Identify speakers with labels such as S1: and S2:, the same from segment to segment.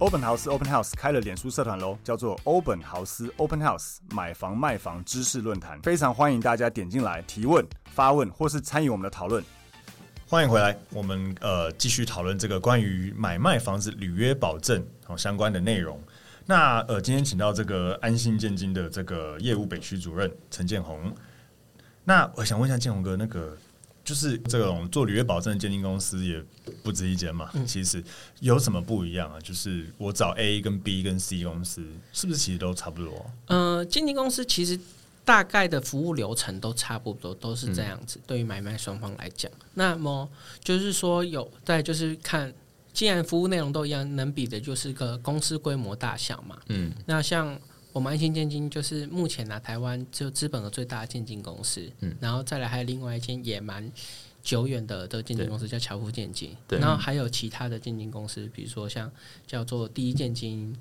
S1: 欧本豪斯 Open House 开了脸书社团喽，叫做欧本豪斯 Open House 买房卖房知识论坛，非常欢迎大家点进来提问、发问或是参与我们的讨论。
S2: 欢迎回来，我们呃继续讨论这个关于买卖房子履约保证好、相关的内容。那呃，今天请到这个安信建金的这个业务北区主任陈建宏。那我想问一下建宏哥，那个就是这种做履约保证的鉴定公司也不止一间嘛，其实有什么不一样啊？就是我找 A 跟 B 跟 C 公司，是不是其实都差不多？
S3: 呃，鉴定公司其实大概的服务流程都差不多，都是这样子。对于买卖双方来讲，那么就是说有再就是看，既然服务内容都一样，能比的就是个公司规模大小嘛。嗯，那像。我们安心建金就是目前呢、台湾就资本额最大的建金公司，嗯，然后再来还有另外一间也蛮久远的的建金公司叫乔夫建金，
S4: 对
S3: 然后还有其他的建金公司，比如说像叫做第一建金，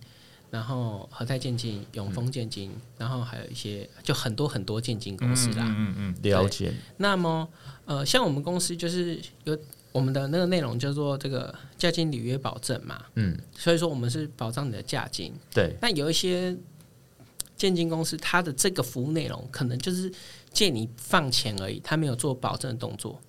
S3: 然后和泰建金、永丰建金，然后还有一些就很多很多建金公司啦。
S2: 嗯嗯，
S4: 了解，
S3: 那么呃，像我们公司就是有我们的那个内容叫做这个价金履约保证嘛，
S4: 嗯，
S3: 所以说我们是保障你的价金。
S4: 对，
S3: 那有一些建金公司，它的这个服务内容可能就是借你放钱而已，它没有做保证的动作。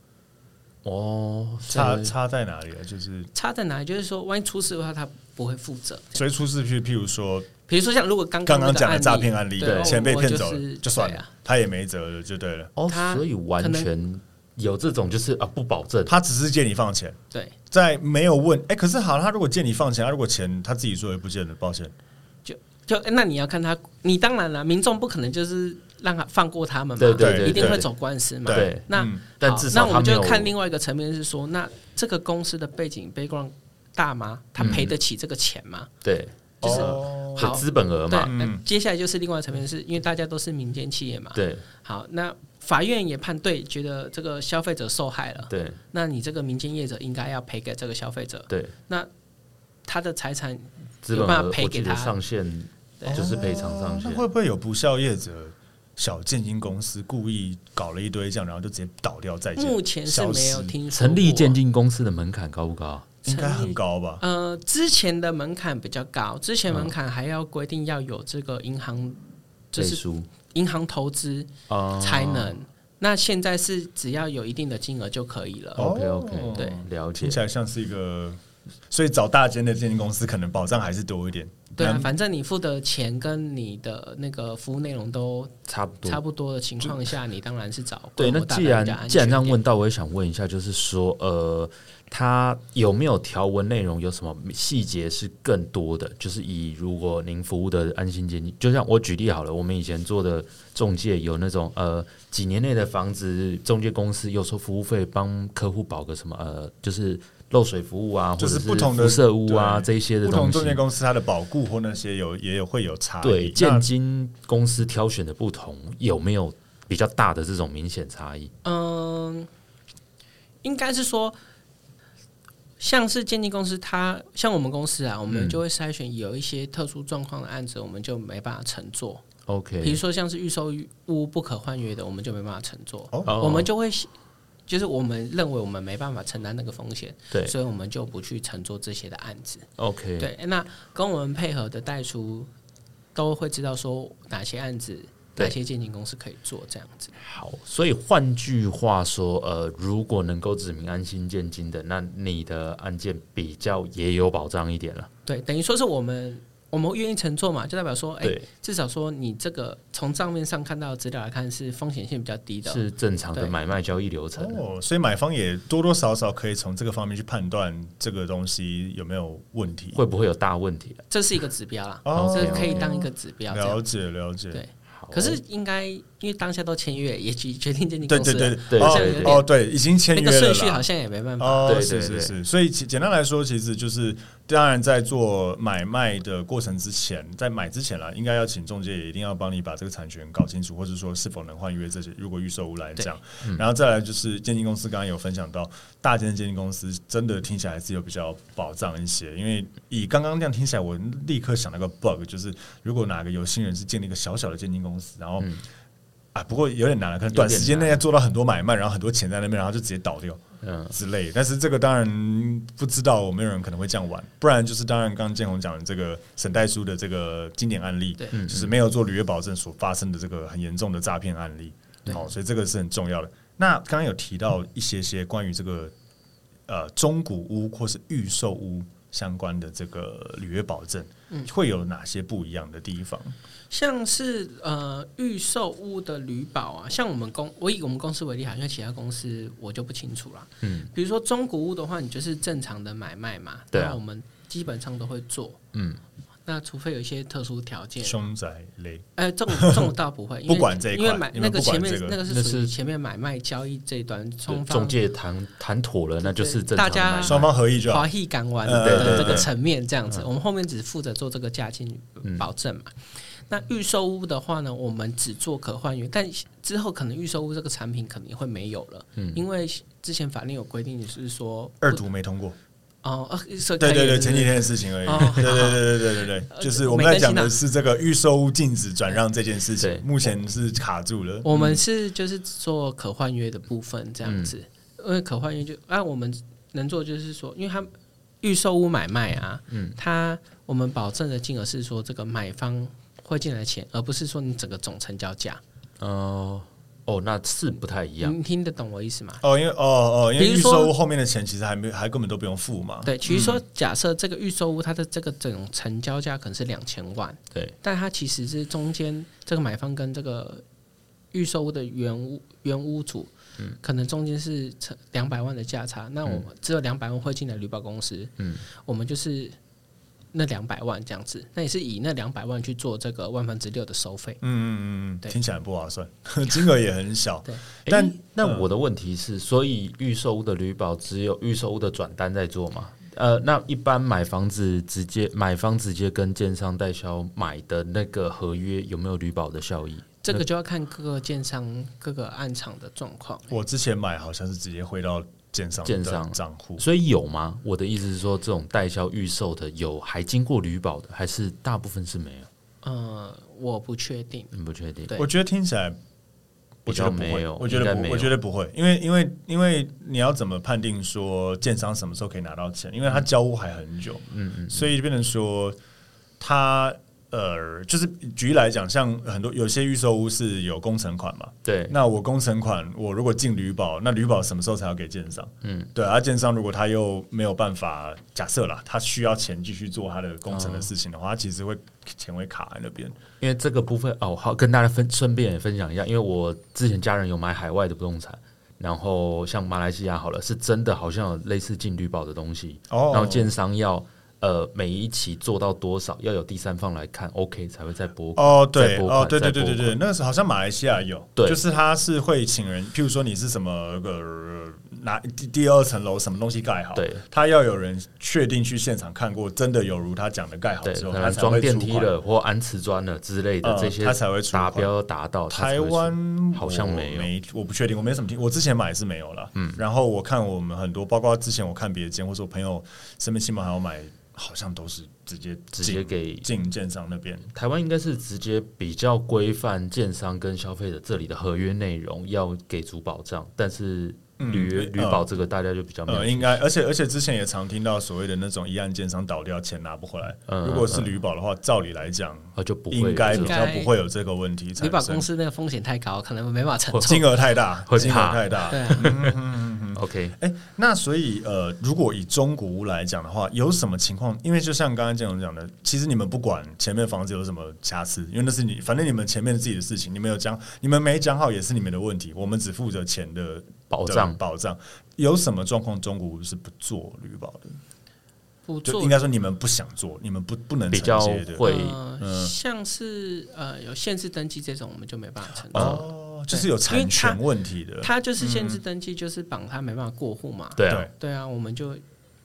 S4: 哦，
S2: 差
S4: 这
S2: 差在哪里啊？就是
S3: 差在哪里？就是说，万一出事的话，它不会负责。
S2: 所以出事，譬譬如说
S3: 比如说，像如果刚
S2: 刚
S3: 那
S2: 刚
S3: 个
S2: 讲的
S3: 案
S2: 诈骗案例，
S3: 对，
S2: 钱被
S3: 我
S2: 骗走
S3: 就是
S2: 了就算
S3: 对啊
S2: 了，他也没辙了，就对了。
S4: 哦，
S3: 他
S4: 所以
S3: 可
S4: 完
S3: 能
S4: 全有这种就是啊不保证，
S2: 他只是借你放钱，
S3: 对，
S2: 在没有问，哎、可是好，他如果借你放钱，他如果钱他自己说也不见了，抱歉，
S3: 就那你要看他，你当然了，民众不可能就是让他放过他们嘛，
S4: 对对对
S3: 一定
S2: 对
S3: 会走官司嘛。
S4: 对
S3: 那、
S2: 嗯
S4: 但
S3: 好
S4: 至少
S3: 那我们
S4: 他没
S3: 就
S4: 有
S3: 看另外一个层面是说，那这个公司的背景 background 大吗？他
S4: 嗯
S3: 赔得起这个钱吗？
S4: 对，
S3: 就是、
S2: 哦
S4: 就
S3: 好
S4: 资本额
S3: 对
S4: 嘛，，
S3: 那接下来就是另外一个层面是，因为大家都是民间企业嘛。
S4: 对
S3: 好，那法院也判对，觉得这个消费者受害了，
S4: 对
S3: 那你这个民间业者应该要赔给这个消费者，
S4: 对，
S3: 那他的财产
S4: 资
S3: 有
S4: 本
S3: 办
S4: 额
S3: 法赔
S4: 我记
S3: 给
S4: 得
S3: 他
S4: 上限就是赔偿上
S2: 哦那
S4: 限，
S2: 会不会有不孝业者、小建金公司故意搞了一堆这样，然后就直接倒掉再见？
S3: 目前是
S2: 消
S3: 没有
S2: 失
S3: 听说
S4: 成立
S3: 过
S4: 鉴定公司的门槛高不高？嗯
S2: 应该
S3: 成
S2: 很
S3: 立
S2: 高吧？
S3: 呃，之前的门槛比较高，之前门槛还要规定要有这个银行，就
S4: 背
S3: 是
S4: 书
S3: 银行投资
S4: 啊
S3: 才能。那现在是只要有一定的金额就可以了。
S4: ，OK OK，
S3: 对，
S4: 哦了解
S2: 听起，来像是一个，所以找大间的建金公司可能保障还是多一点。
S3: 对啊
S2: 那，
S3: 反正你付的钱跟你的那个服务内容都
S4: 差不多
S3: 差不多的情况下，你当然是找
S4: 对，
S3: 规
S4: 那
S3: 模大
S4: 既
S3: 的
S4: 然
S3: 比较安
S4: 既然
S3: 全
S4: 这样
S3: 一点
S4: 问到，我也想问一下，就是说，呃，它有没有条文内容有什么细节是更多的？就是以如果您服务的安心鉴定，就像我举例好了，我们以前做的中介有那种呃几年内的房子中介公司，有时候服务费帮客户保个什么呃，就是漏水服务啊，
S2: 就
S4: 或者
S2: 是不同的
S4: 辐射屋啊
S2: 对
S4: 这一些的
S2: 不同
S4: 东西
S2: 中。介公司它的保固或那些有也有会有差异。
S4: 对，
S2: 那
S4: 建金公司挑选的不同，有没有比较大的这种明显差异？
S3: 嗯，应该是说，像是鉴定公司它，像我们公司啊，我们就会筛选有一些特殊状况的案子，我们就没办法乘坐。
S4: OK，
S3: 比如说像是预售屋不可换约的，我们就没办法乘坐，
S4: 哦
S3: 我们就会。就是我们认为我们没办法承担那个风险，
S4: 对
S3: 所以我们就不去承做这些的案子。
S4: OK，
S3: 对，那跟我们配合的代出都会知道说哪些案子、
S4: 对
S3: 哪些鉴定公司可以做这样子。
S4: 好，所以换句话说，呃，如果能够指明安心建金的，那你的案件比较也有保障一点了。
S3: 对，等于说是我们我们愿意乘坐嘛，就代表说，哎、
S4: 对，
S3: 至少说你这个从账面上看到的资料来看是风险性比较低的哦，
S4: 是正常的
S3: 对
S4: 买卖交易流程。啊
S2: 哦，所以买方也多多少少可以从这个方面去判断这个东西有没有问题。
S4: 会不会有大问题、啊？
S3: 这是一个指标啦，
S2: 哦
S3: 这可以当一个指标这
S2: 了
S3: 样。
S2: 解了解，
S3: 对
S4: 好
S3: 可是应该因为当下都签约，也决决定鉴定
S2: 对
S3: 公司
S2: 对
S3: 了，
S2: 对
S4: 对
S3: 好像
S2: 哦
S3: 有点
S2: 哦对，已经签
S3: 那
S2: 约
S3: 个
S2: 了
S3: 顺序
S2: 啦
S3: 好。像也没办法。
S2: 哦，
S4: 对
S2: 是
S4: 对
S2: 是
S4: 对
S2: 是，所以简简单来说，其实就是当然在做买卖的过程之前，在买之前啦，应该要请中介也一定要帮你把这个产权搞清楚，或者说是否能换约这些。如果预售屋来讲，然后再来就是鉴定公司，刚刚有分享到大间的鉴定公司，真的听起来是有比较保障一些，因为以刚刚这样听起来，我立刻想到个 bug，就是如果哪个有心人是建立一个小小的鉴定公司，然后。啊，不过有点难了，可能短时间内要做到很多买卖，然后很多钱在那边，然后就直接倒掉。
S4: 嗯，
S2: 之类。但是这个当然不知道，没有人可能会这样玩。不然就是当然，刚刚建宏讲的这个沈代书的这个经典案例
S3: 对，
S2: 就是没有做履约保证所发生的这个很严重的诈骗案例。好，所以这个是很重要的。那刚刚有提到一些些关于这个呃中古屋或是预售屋相关的这个履约保证，会有哪些不一样的地方？
S3: 像是呃预售屋的旅保啊，像我们公我以我们公司为例，好像其他公司我就不清楚啦。嗯，比如说中古屋的话，你就是正常的买卖嘛，
S4: 对啊
S3: 那我们基本上都会做。
S4: 嗯，
S3: 那除非有一些特殊条件，
S2: 凶宅类
S3: 呃，这种这种倒不 会，因为
S2: 不管这一块
S3: 因为买
S2: 你们
S3: 那
S2: 不
S3: 个
S2: 管
S3: 前
S2: 这
S3: 面
S2: 个
S3: 那个
S4: 那
S3: 是
S4: 是
S3: 属于前面买卖交易这一段，
S4: 就
S3: 双
S4: 中
S3: 方
S4: 介谈谈妥了，那就是正常的
S3: 大
S4: 买
S3: 家
S4: 卖
S2: 双方合意就好
S3: 华。裔港湾
S2: 呃
S4: 对对
S3: 的这个
S4: 对
S3: 层面这样子，我们后面只负责做这个价金保证嘛。那预售屋的话呢，我们只做可换约，但之后可能预售屋这个产品可能也会没有了，因为之前法令有规定是说
S2: 二读没通过，
S3: 哦，呃是可
S2: 对
S3: 以
S2: 对对，
S3: 是不是
S2: 前几天的事情而已。
S3: 哦呃
S2: 对对对对对对对，就是我们在讲的是这个预售屋禁止转让这件事
S4: 对
S2: 情，目前是卡住了。
S4: 嗯
S3: 我们是就是做可换约的部分这样子，因为可换约就啊，我们能做就是说，因为它预售屋买卖啊，嗯，它我们保证的金额是说这个买方会进来的钱，而不是说你整个总成交价。
S4: 哦哦，那是不太一样。
S3: 你听得懂我意思吗？
S2: 哦，因为哦哦，因为
S3: 比
S2: 预
S3: 如说
S2: 售屋后面的钱其实还没还根本都不用付
S4: 嗯
S2: 嘛。
S3: 对，其实说假设这个预售屋它的这个总成交价可能是两千万，
S4: 对，
S3: 但它其实是中间这个买方跟这个预售屋的原屋原屋主，可能中间是两百万的价差，那我们
S2: 嗯
S3: 只有两百万会进来旅保公司，嗯，我们就是那两百万这样子，那也是以那两百万去做这个万分之六的收费，
S2: 嗯嗯嗯嗯，
S3: 对
S2: 听起来很不划算， 金额也很小。
S3: 对
S2: 但
S4: 诶那我的问题是，所以预售屋的旅保只有预售屋的转单在做吗？呃，那一般买房子直接买方直接跟建商代销买的那个合约有没有旅保的效益？
S3: 这个就要看各个建商、各个案场的状况。
S2: 我之前买好像是直接汇到建商
S4: 建
S2: 的
S4: 商
S2: 账户，
S4: 所以有吗？我的意思是说，这种代销预售的有还经过旅保的，还是大部分是没有？
S3: 呃，我不确定，
S4: 你不确定？
S3: 对
S2: 我觉得听起来。我觉得不
S4: 比较没
S2: 会，
S4: 有
S2: 我觉得
S4: 应该没
S2: 不，
S4: 有
S2: 我觉得不会，因为因为因为你要怎么判定说建商什么时候可以拿到钱？因为他交屋还很久，嗯嗯，所以就变成说他呃，就是举例来讲，像很多有些预售屋是有工程款嘛，
S4: 对，
S2: 那我工程款，我如果进旅保，那旅保什么时候才要给建商？嗯，对啊，建商如果他又没有办法，假设啦，他需要钱继续做他的工程的事情的话，他其实会钱会卡在那边。
S4: 因为这个部分哦，好跟大家分顺便也分享一下，因为我之前家人有买海外的不动产，然后像马来西亚好了，是真的好像有类似进绿保的东西，
S2: 哦
S4: 然后建商要呃每一期做到多少，要有第三方来看，OK 才会再拨
S2: 哦，
S4: 再
S2: 对，
S4: 拨款
S2: 哦，对对
S4: 再拨
S2: 对对对，
S4: 款
S2: 那个时候好像马来西亚有，
S4: 对
S2: 就是他是会请人，譬如说你是什么呃哪第第二层楼什么东西盖好，
S4: 对，
S2: 他要有人确定去现场看过，真的有如他讲的盖好
S4: 对，
S2: 之后，
S4: 可
S2: 他
S4: 能
S2: 才
S4: 装
S2: 会
S4: 电
S2: 出
S4: 梯
S2: 款。
S4: 了或安瓷砖了之类的
S2: 呃
S4: 这些，
S2: 他才会出款
S4: 达标达到。它才
S2: 台
S4: 会出
S2: 湾
S4: 好像
S2: 我
S4: 没有，
S2: 没我不确定，我没什么听。我之前买是没有了，嗯。然后我看我们很多，包括之前我看别的间，或者我朋友身边亲朋好友买，好像都是直接
S4: 直接
S2: 进
S4: 给
S2: 进建商那边。
S4: 台湾应该是直接比较规范建商跟消费者这里的合约内容，要给足保障，但是履约
S2: 嗯
S4: 履保这个大家就比较没有
S2: 呃，应该，而且而且之前也常听到所谓的那种一案建商倒掉，钱拿不回来。
S4: 嗯
S2: 如果是旅保的话，照理来讲，
S4: 啊就不会
S2: 应该
S4: 有
S2: 比
S4: 这种
S2: 较不会有这个问题产生。
S3: 你把公司那个风险太高，可能没办法承受。
S2: 金额太大，
S4: 会
S2: 金额
S4: 怕
S2: 太大，
S3: 对啊，
S4: 嗯 OK，
S2: 哎、那所以呃，如果以中古屋来讲的话，有什么情况？因为就像刚刚建荣讲的，其实你们不管前面房子有什么瑕疵，因为那是你，反正你们前面自己的事情，你们有讲，你们没讲好也是你们的问题，我们只负责钱的
S4: 保
S2: 的
S4: 障
S2: 保障。有什么状况中古屋是不做旅保的？
S3: 不
S2: 就
S3: 做
S2: 应该说你们不想做，你们不不能
S4: 比较
S2: 承接的
S4: 会嗯
S3: 呃，像是呃有限制登记这种，我们就没办法承
S4: 嗯
S3: 受。
S2: 哦，就是有
S3: 因
S2: 产
S3: 为它
S2: 权问题的，
S3: 他就是限制登记，就是绑他没办法过户嘛。
S4: 对啊
S2: 对，
S3: 对啊，我们就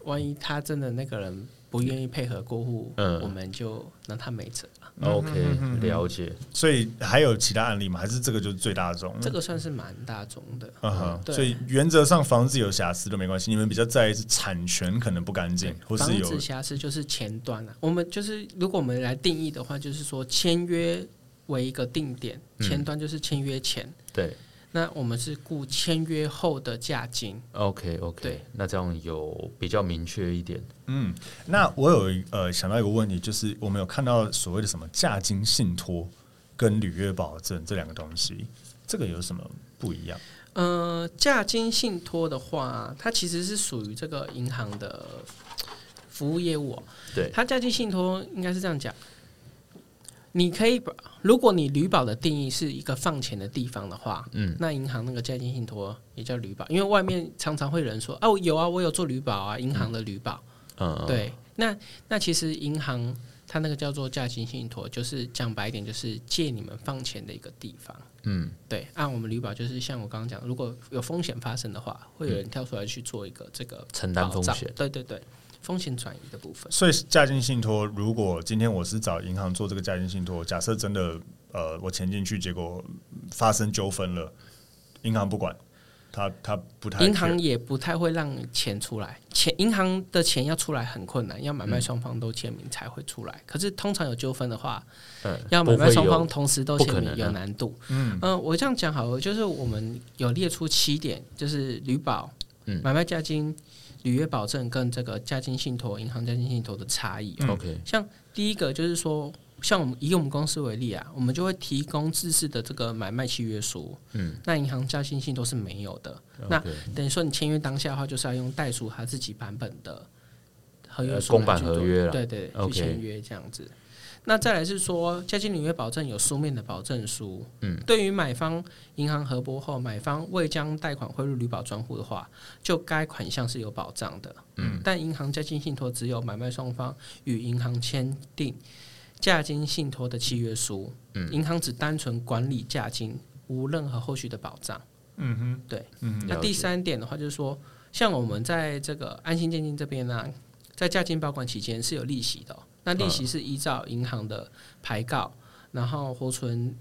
S3: 万一他真的那个人不愿意配合过户，
S4: 嗯
S3: 我们就让他没辙了。
S4: ，OK，了
S3: 嗯
S4: 解。
S2: 所以还有其他案例吗？还是这个就是最大
S4: 嗯
S2: 宗？
S3: 这个算是蛮大众的。
S2: 嗯哼，
S3: 对
S2: 所以原则上房子有瑕疵都没关系，你们比较在意是产权可能不干净，或是
S3: 防
S2: 有
S3: 止瑕疵就是前端啊，我们就是如果我们来定义的话，就是说签约为一个定点，
S4: 嗯
S3: 前端就是签约前，
S4: 对
S3: 那我们是顾签约后的价金。
S4: ，OK OK，
S3: 对
S4: 那这样有比较明确一点。
S2: 嗯。那我有一呃想到一个问题，就是我们有看到所谓的什么价金信托跟履约保证这两个东西，这个有什么不一样？
S3: 呃，价金信托的话，它其实是属于这个银行的服务业务、哦。
S4: 对
S3: 它价金信托应该是这样讲，你可以把如果你旅保的定义是一个放钱的地方的话，
S4: 嗯，
S3: 那银行那个价金信托也叫旅保，因为外面常常会有人说，哦、有啊，我有做旅保啊，银行的旅保。
S4: 嗯，
S3: 对，那那其实银行它那个叫做价金信托，就是讲白一点，就是借你们放钱的一个地方。
S4: 嗯，
S3: 对，啊按我们旅保就是像我刚刚讲，如果有风险发生的话，会有人跳出来去做一个这个
S4: 嗯承担风
S3: 保障
S4: 险
S3: 对对对，风险转移的部分。
S2: 所以价金信托，如果今天我是找银行做这个价金信托，假设真的呃我钱进去，结果发生纠纷了，银行不管，他他不太
S3: 银行也不太会让钱出来，钱银行的钱要出来很困难，要买
S4: 嗯
S3: 卖双方都签名才会出来。可是通常有纠纷的话，
S4: 嗯
S3: 要买卖双
S4: 不
S3: 方
S4: 会有
S3: 同时都
S4: 不
S3: 签
S4: 可
S3: 名
S4: 能啊
S3: 有难度。嗯、我这样讲好了，就是我们有列出七点，就是旅保、
S4: 嗯
S3: 买卖价金、履约保证跟这个价金信托、银行价金信托的差异哦、
S4: OK，
S3: 像第一个就是说，像我们以我们公司为例啊，我们就会提供自式的这个买卖契约书，嗯，那银行价信信都是没有的。那等于说你签约当下的话，就是要用代书他自己版本的合约
S4: 呃
S3: 书来
S4: 公版
S3: 去做
S4: 合约啦
S3: 对对，去
S4: OK
S3: 签约这样子。那再来是说，价金履约保证有书面的保证书。嗯，对于买方银行核拨后，买方未将贷款汇入旅保专户的话，就该款项是有保障的。嗯，但银行价金信托只有买卖双方与银行签订价金信托的契约书，银行只单纯管理价金，无任何后续的保障。嗯哼，对。那
S4: 了
S3: 第
S4: 解
S3: 三点的话，就是说，像我们在这个安心建金这边呢、在价金保管期间是有利息的哦、那利
S2: 嗯
S3: 息是依照银行的牌告，然后活存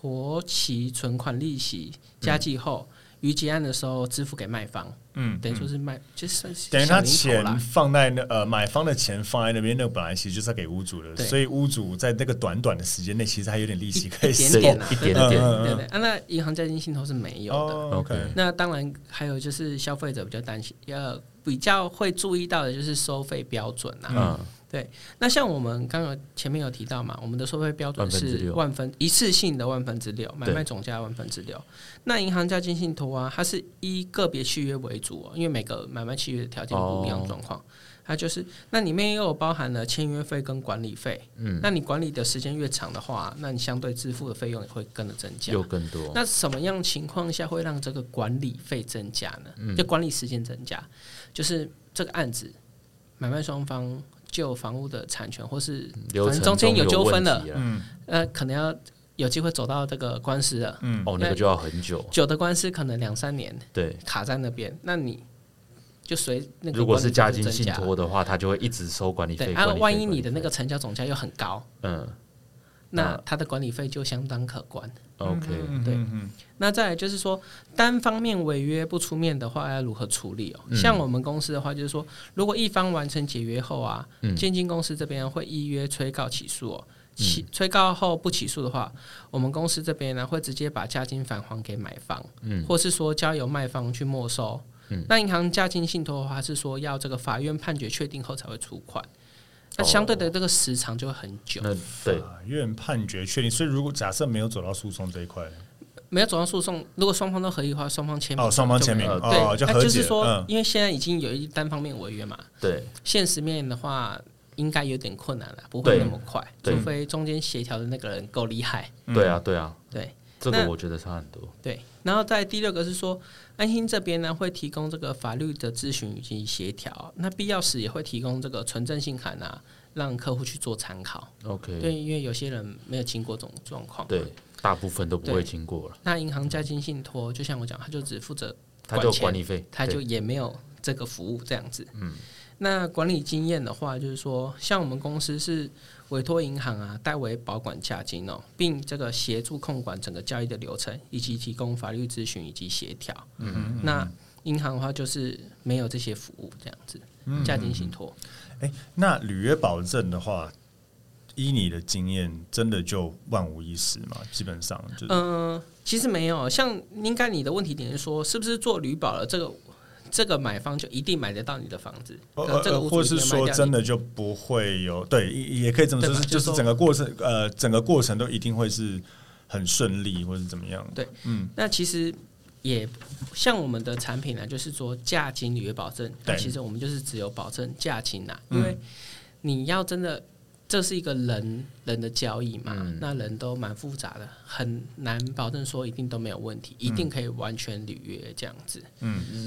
S3: 活期存款利息加计后。于结案的时候支付给卖方，
S2: 嗯
S3: 等于说是卖，就是算是
S2: 等于他
S3: 小零头
S2: 钱
S3: 啦，
S2: 放在那呃买方的钱放在那边，那个本来其实就是要给屋主的，
S3: 对
S2: 所以屋主在那个短短的时间内，其实还有点利息可以
S3: 一
S2: 收。
S3: 点点啊，
S4: 一
S3: 对
S4: 点
S3: 对
S4: 点
S3: 对对对。啊，那银行价金信托是没有
S2: 嗯
S3: 的，
S2: 哦
S4: OK
S3: 那当然还有就是消费者比较担心，呃，比较会注意到的就是收费标准啊。
S4: 嗯
S3: 对，那像我们刚刚有前面有提到嘛，我们的收费标准
S4: 万分之
S3: 是
S4: 六
S3: 万分一次性的万分之六，买
S4: 对
S3: 卖总价万分之六。那银行价金信托啊，它是依个别契约为主、哦，因为每个买卖契约的条件不一样
S4: 哦
S3: 状况。它就是，那里面也有包含了签约费跟管理费。嗯，那你管理的时间越长的话，那你相对支付的费用也会跟着增加。
S4: 又更多。
S3: 那什么样情况下会让这个管理费增加呢？
S4: 嗯
S3: 就管理时间增加，就是这个案子买卖双方就房屋的产权或是
S4: 嗯流
S3: 反正
S4: 程
S3: 中间
S4: 有
S3: 纠纷
S4: 问
S3: 了
S4: 题，嗯，
S3: 呃，可能要有机会走到这个官司了。
S4: 哦，那个就要很久。
S3: 久的官司可能两三年
S4: 对，
S3: 卡在那边，那你就随那个
S4: 如果是
S3: 管
S4: 加
S3: 理费
S4: 金
S3: 就增
S4: 信
S3: 加
S4: 托的话，他就会一直收管理费。
S3: 对
S4: 管
S3: 啊，
S4: 理费
S3: 万一你的
S4: 管
S3: 那
S4: 理
S3: 个
S4: 费
S3: 成交总价又很高，
S4: 嗯
S3: 那它的管理费就相当可观。
S2: 嗯
S4: ，OK，
S3: 对，那再来就是说，单方面违约不出面的话，要如何处理哦？
S2: 嗯
S3: 像我们公司的话，就是说，如果一方完成解约后啊，
S2: 嗯
S3: 建金公司这边会依约催告起诉哦。
S2: 嗯
S3: 起催告后不起诉的话，我们公司这边呢会直接把价金返还给买方，嗯，或是说交由卖方去没收。
S2: 嗯
S3: 那银行价金信托的话是说要这个法院判决确定后才会出款，那相
S2: 哦
S3: 对的这个时长就会很久。
S4: 那对
S2: 法院判决确定，所以如果假设没有走到诉讼这一块，
S3: 没有走上诉讼，如果双方都合意的话，双方签名
S2: 哦，双方签名
S4: 就
S3: 对，
S2: 哦，就
S3: 那
S2: 和
S3: 就
S2: 解
S3: 是，说
S2: 嗯，，
S3: 因为现在已经有一单方面违约嘛，
S4: 对
S3: 现实面的话应该有点困难了，不会那
S4: 对
S3: 么快，
S4: 对
S3: 除非中间协调的那个人够厉害。
S2: 嗯
S4: 对啊对啊，
S3: 对
S4: 这个
S3: 那
S4: 我觉得差很多。
S3: 对，然后在第六个是说，安心这边呢会提供这个法律的咨询以及协调，那必要时也会提供这个纯正信函啊，让客户去做参考。对，
S4: OK，
S3: 因为有些人没有经过这种状况，
S4: 对，大部分都不
S3: 对
S4: 会经过了，
S3: 那银行加金信托，就像我讲，他就只负责
S4: 他就
S3: 管钱
S4: 管理费，
S3: 他就
S4: 对
S3: 也没有这个服务这样子。嗯，那管理经验的话，就是说，像我们公司是委托银行啊代为保管价金哦，并这个协助控管整个交易的流程，以及提供法律咨询以及协调。嗯，那银行的话就是没有这些服务这样子，
S4: 嗯
S3: 价金信托。
S2: 哎，那履约保证的话，依你的经验，真的就万无一失嘛？基本上就是，
S3: 嗯、其实没有，像应该你的问题点是说，是不是做旅保了这个？这个买方就一定买得到你的房子，
S2: 呃
S3: 可能这个
S2: 呃，
S3: 屋
S2: 或是
S3: 主一定要卖
S2: 说
S3: 掉
S2: 真
S3: 你
S2: 的就不会有对，也也可以这么说，
S3: 对吧
S2: 是就是
S3: 就
S2: 是
S3: 说
S2: 整个过程，呃，整个过程都一定会是很顺利，或是怎么样？
S3: 对那其实也像我们的产品呢，就是说价金履约保证，那
S2: 对嗯
S3: 其实我们就是只有保证价金呐，因为你要真的。这是一个人人的交易嘛，
S2: 嗯
S3: 那人都蛮复杂的，很难保证说一定都没有问题，一
S2: 嗯
S3: 定可以完全履约这样子。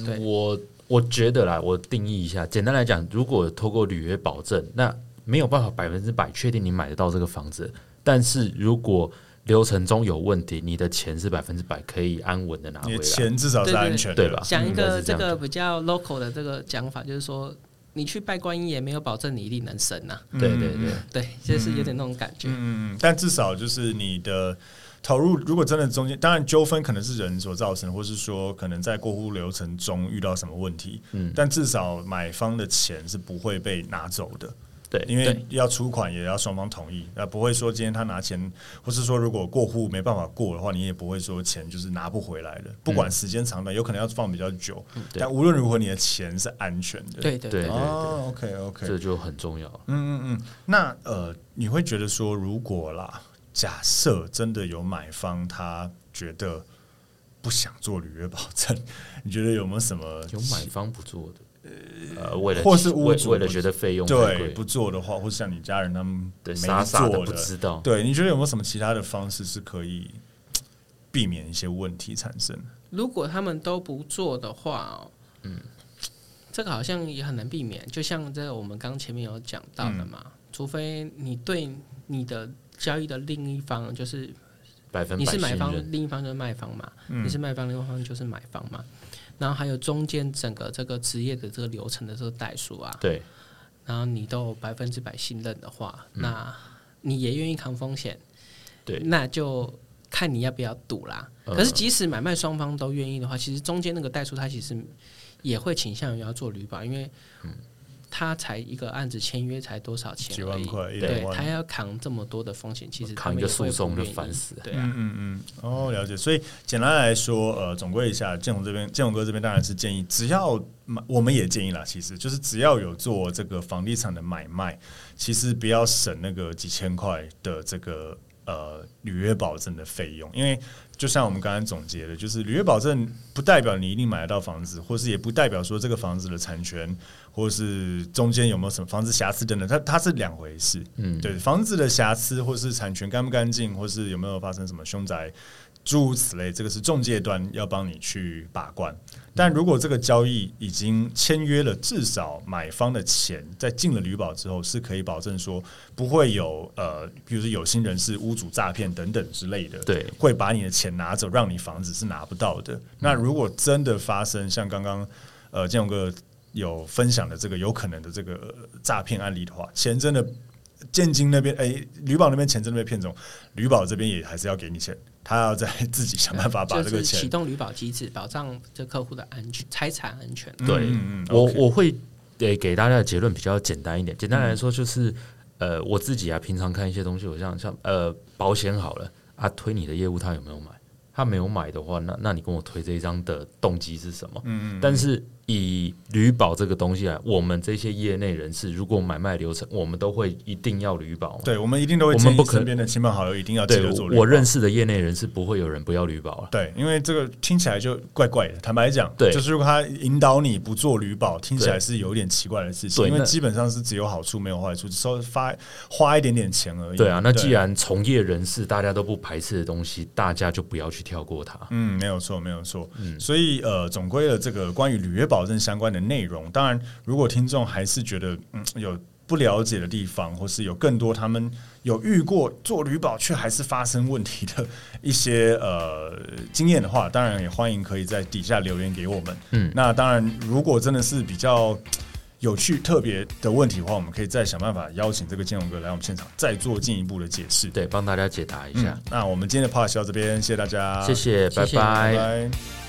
S3: 对
S4: 我我觉得啦，我定义一下，简单来讲，如果透过履约保证，那没有办法百分之百确定你买得到这个房子，但是如果流程中有问题，你的钱是百分之百可以安稳的拿回
S2: 你的
S4: 来。
S2: 钱至少是
S3: 对对
S2: 安全的
S4: 对吧
S3: 讲一
S4: 啊应该
S3: 个
S4: 是
S3: 这
S4: 这样
S3: 个
S4: 讲
S3: 比较 local 的这个讲法，就是说你去拜观音也没有保证你一定能生呐、
S4: 对对对，
S3: 对，就是有点那种感觉。
S2: 嗯，但至少就是你的投入，如果真的中间，当然纠纷可能是人所造成，或是说可能在过户流程中遇到什么问题，嗯，但至少买方的钱是不会被拿走的。
S4: 对
S2: 因
S4: 对
S2: 为要出款也要双方同意，那不会说今天他拿钱，或是说如果过户没办法过的话，你也不会说钱就是拿不回来了。
S3: 嗯
S2: 不管时间长短，有可能要放比较久，但无论如何你的钱是安全的。
S3: 对对
S4: 对
S3: 对，
S2: 哦，OK OK，嗯
S4: 这就很重要。
S2: 那呃，你会觉得说，如果啦，假设真的有买方他觉得不想做履约保证， 你觉得有没有什么
S4: 有买方不做的，呃，为了
S2: 或是屋
S4: 为
S2: 主
S4: 为
S2: 不
S4: 了觉得费用太
S2: 对
S4: 贵，
S2: 不做的话，或是像你家人他们
S4: 对
S2: 没
S4: 傻傻的
S2: 做
S4: 不知道
S2: 对，你觉得有没有什么其他的方式是可以嘖避免一些问题产生？
S3: 如果他们都不做的话、哦，嗯，这个好像也很难避免。就像这我们刚前面有讲到的
S4: 嗯
S3: 嘛，除非你对你的交易的另一方，就是
S4: 百分
S3: 你
S4: 百嗯
S3: 是买
S4: 信
S3: 方，
S4: 任，
S3: 另一方就是卖方嘛，你是卖方，另一方就是买方嘛。然后还有中间整个这个职业的这个流程的这个代数啊，
S4: 对
S3: 然后你都有百分之百信任的话，那你也愿意扛风险，
S4: 嗯对嗯
S3: 那就看你要不要赌啦。可是即使买卖双方都愿意的话，其实中间那个代数他其实也会倾向于要做旅保，因为
S4: 嗯
S3: 他才一个案子签约才多少钱而已，
S2: 几万块一
S3: 对
S2: 两万
S3: 他要扛这么多的风险，其实他
S4: 扛一
S3: 们
S4: 个
S3: 也会
S4: 诉讼
S3: 不
S4: 就
S3: 愿意
S4: 烦死了
S3: 对啊，
S2: 嗯嗯，哦，了解。所以简单来说，呃，总归一下，建宏这边，建宏哥这边当然是建议，只要买，我们也建议啦，其实就是只要有做这个房地产的买卖，其实不要省那个几千块的这个呃履约保证的费用，因为就像我们刚刚总结的，就是履约保证不代表你一定买得到房子，或是也不代表说这个房子的产权，或是中间有没有什么房子瑕疵等等，它它是两回事。嗯，对，房子的瑕疵或是产权干不干净，或是有没有发生什么凶宅。诸如此类，这个是中介端要帮你去把关。但如果这个交易已经签约了，至少买方的钱在进了旅保之后，是可以保证说不会有呃，比如说有心人士、屋主诈骗等等之类的，
S4: 对
S2: 会把你的钱拿走，让你房子是拿不到的。那如果真的发生像刚刚呃建勇哥有分享的这个有可能的这个呃诈骗案例的话，钱真的建金那边哎，旅、保那边钱真的被骗走，旅保这边也还是要给你钱，他要再自己想办法把这 个
S3: 就是启
S2: 钱。
S3: 动旅保机制，保障这客户的安全、财产安全。
S4: 对
S2: 嗯嗯，
S4: 我
S2: OK 嗯
S4: 我会给给大家的结论比较简单一点，简单来说就是，呃，我自己啊，平常看一些东西，我像像呃保险好了啊，推你的业务他有没有买？他没有买的话，那那你跟我推这一张的动机是什么？嗯嗯，但是以旅保这个东西来，我们这些业内人士，如果买卖流程，我们都会一定要旅保嘛。
S2: 对，我们一定都会
S4: 我们
S2: 建议
S4: 不可
S2: 身边的亲朋好友一定要记
S4: 对，
S2: 得做
S4: 我
S2: 绿帽。
S4: 我认识的业内人士不会有人不要旅保啊。
S2: 对，因为这个听起来就怪怪的。坦白讲，
S4: 对
S2: 就是如果他引导你不做旅保，听起来
S4: 对
S2: 是有点奇怪的事情，
S4: 对
S2: 因为
S4: 那
S2: 基本上是只有好处没有坏处，只收发花一点点钱而已。
S4: 对啊，那既然从业人士大家都不排斥的东西，大家就不要去跳过它。
S2: 嗯，没有错，没有错。所以呃，总归了这个关于履约保证相关的内容，当然，如果听众还是觉得嗯有不了解的地方，或是有更多他们有遇过做旅保却还是发生问题的一些呃经验的话，当然也欢迎可以在底下留言给我们。嗯，那当然，如果真的是比较。有趣特别的问题的话，我们可以再想办法邀请这个建宏哥来我们现场，再做进一步的解释。
S4: 对，帮大家解答一
S2: 嗯
S4: 下，，
S2: 那我们今天的 p a s 到这边，谢谢大家，
S4: 谢谢，
S3: 谢谢
S4: 拜
S2: 拜拜